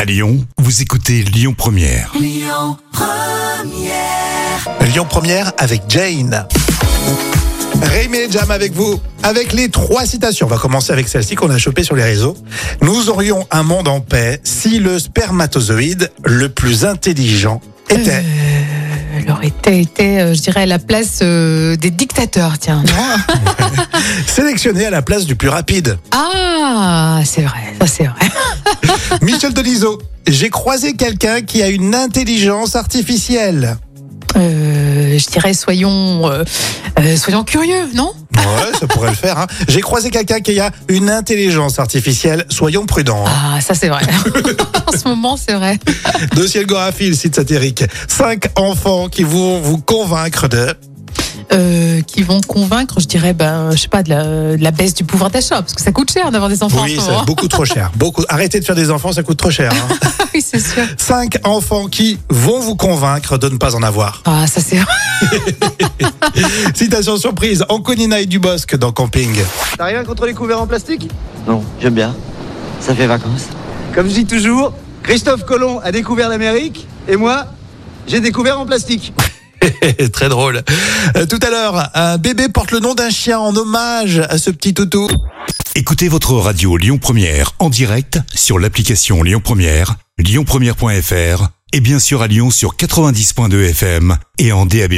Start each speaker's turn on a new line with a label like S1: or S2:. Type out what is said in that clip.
S1: À Lyon, vous écoutez Lyon Première.
S2: Lyon Première avec Jane. Rémi et Jam avec vous, avec les trois citations. On va commencer avec celle-ci qu'on a chopée sur les réseaux. Nous aurions un monde en paix si le spermatozoïde le plus intelligent était.
S3: Euh, elle aurait été, été, euh, je dirais, à la place euh, des dictateurs, tiens. non
S2: Sélectionné à la place du plus rapide.
S3: ah, c'est vrai, ça c'est vrai.
S2: Michel Delisot, j'ai croisé quelqu'un qui a une intelligence artificielle.
S3: Euh, je dirais, soyons, euh, euh, soyons curieux, non
S2: Ouais, ça pourrait le faire. hein. J'ai croisé quelqu'un qui a une intelligence artificielle. Soyons prudents. hein.
S3: Ah, ça c'est vrai. en ce moment, c'est vrai.
S2: De Ciel Gorafil, site satirique. Cinq enfants qui vont vous convaincre de...
S3: Euh, qui vont convaincre, je dirais, ben, je sais pas, de la, de la baisse du pouvoir d'achat, parce que ça coûte cher d'avoir des enfants
S2: Oui,
S3: en ce
S2: c'est
S3: moment.
S2: beaucoup trop cher. Beaucoup. Arrêtez de faire des enfants, ça coûte trop cher. hein.
S3: oui, c'est sûr.
S2: Cinq enfants qui vont vous convaincre de ne pas en avoir.
S3: Ah, ça c'est vrai.
S2: Citation surprise, Anconina et Dubosc dans Camping.
S4: T'as rien contre les couverts en plastique
S5: Non, j'aime bien. Ça fait vacances.
S4: Comme je dis toujours, Christophe Colomb a découvert l'Amérique et moi, j'ai découvert en plastique.
S2: Très drôle. Euh, tout à l'heure, un bébé porte le nom d'un chien en hommage à ce petit toutou.
S1: Écoutez votre radio Lyon Première en direct sur l'application Lyon Première, lyonpremière.fr et bien sûr à Lyon sur 90.2 FM et en DAB+.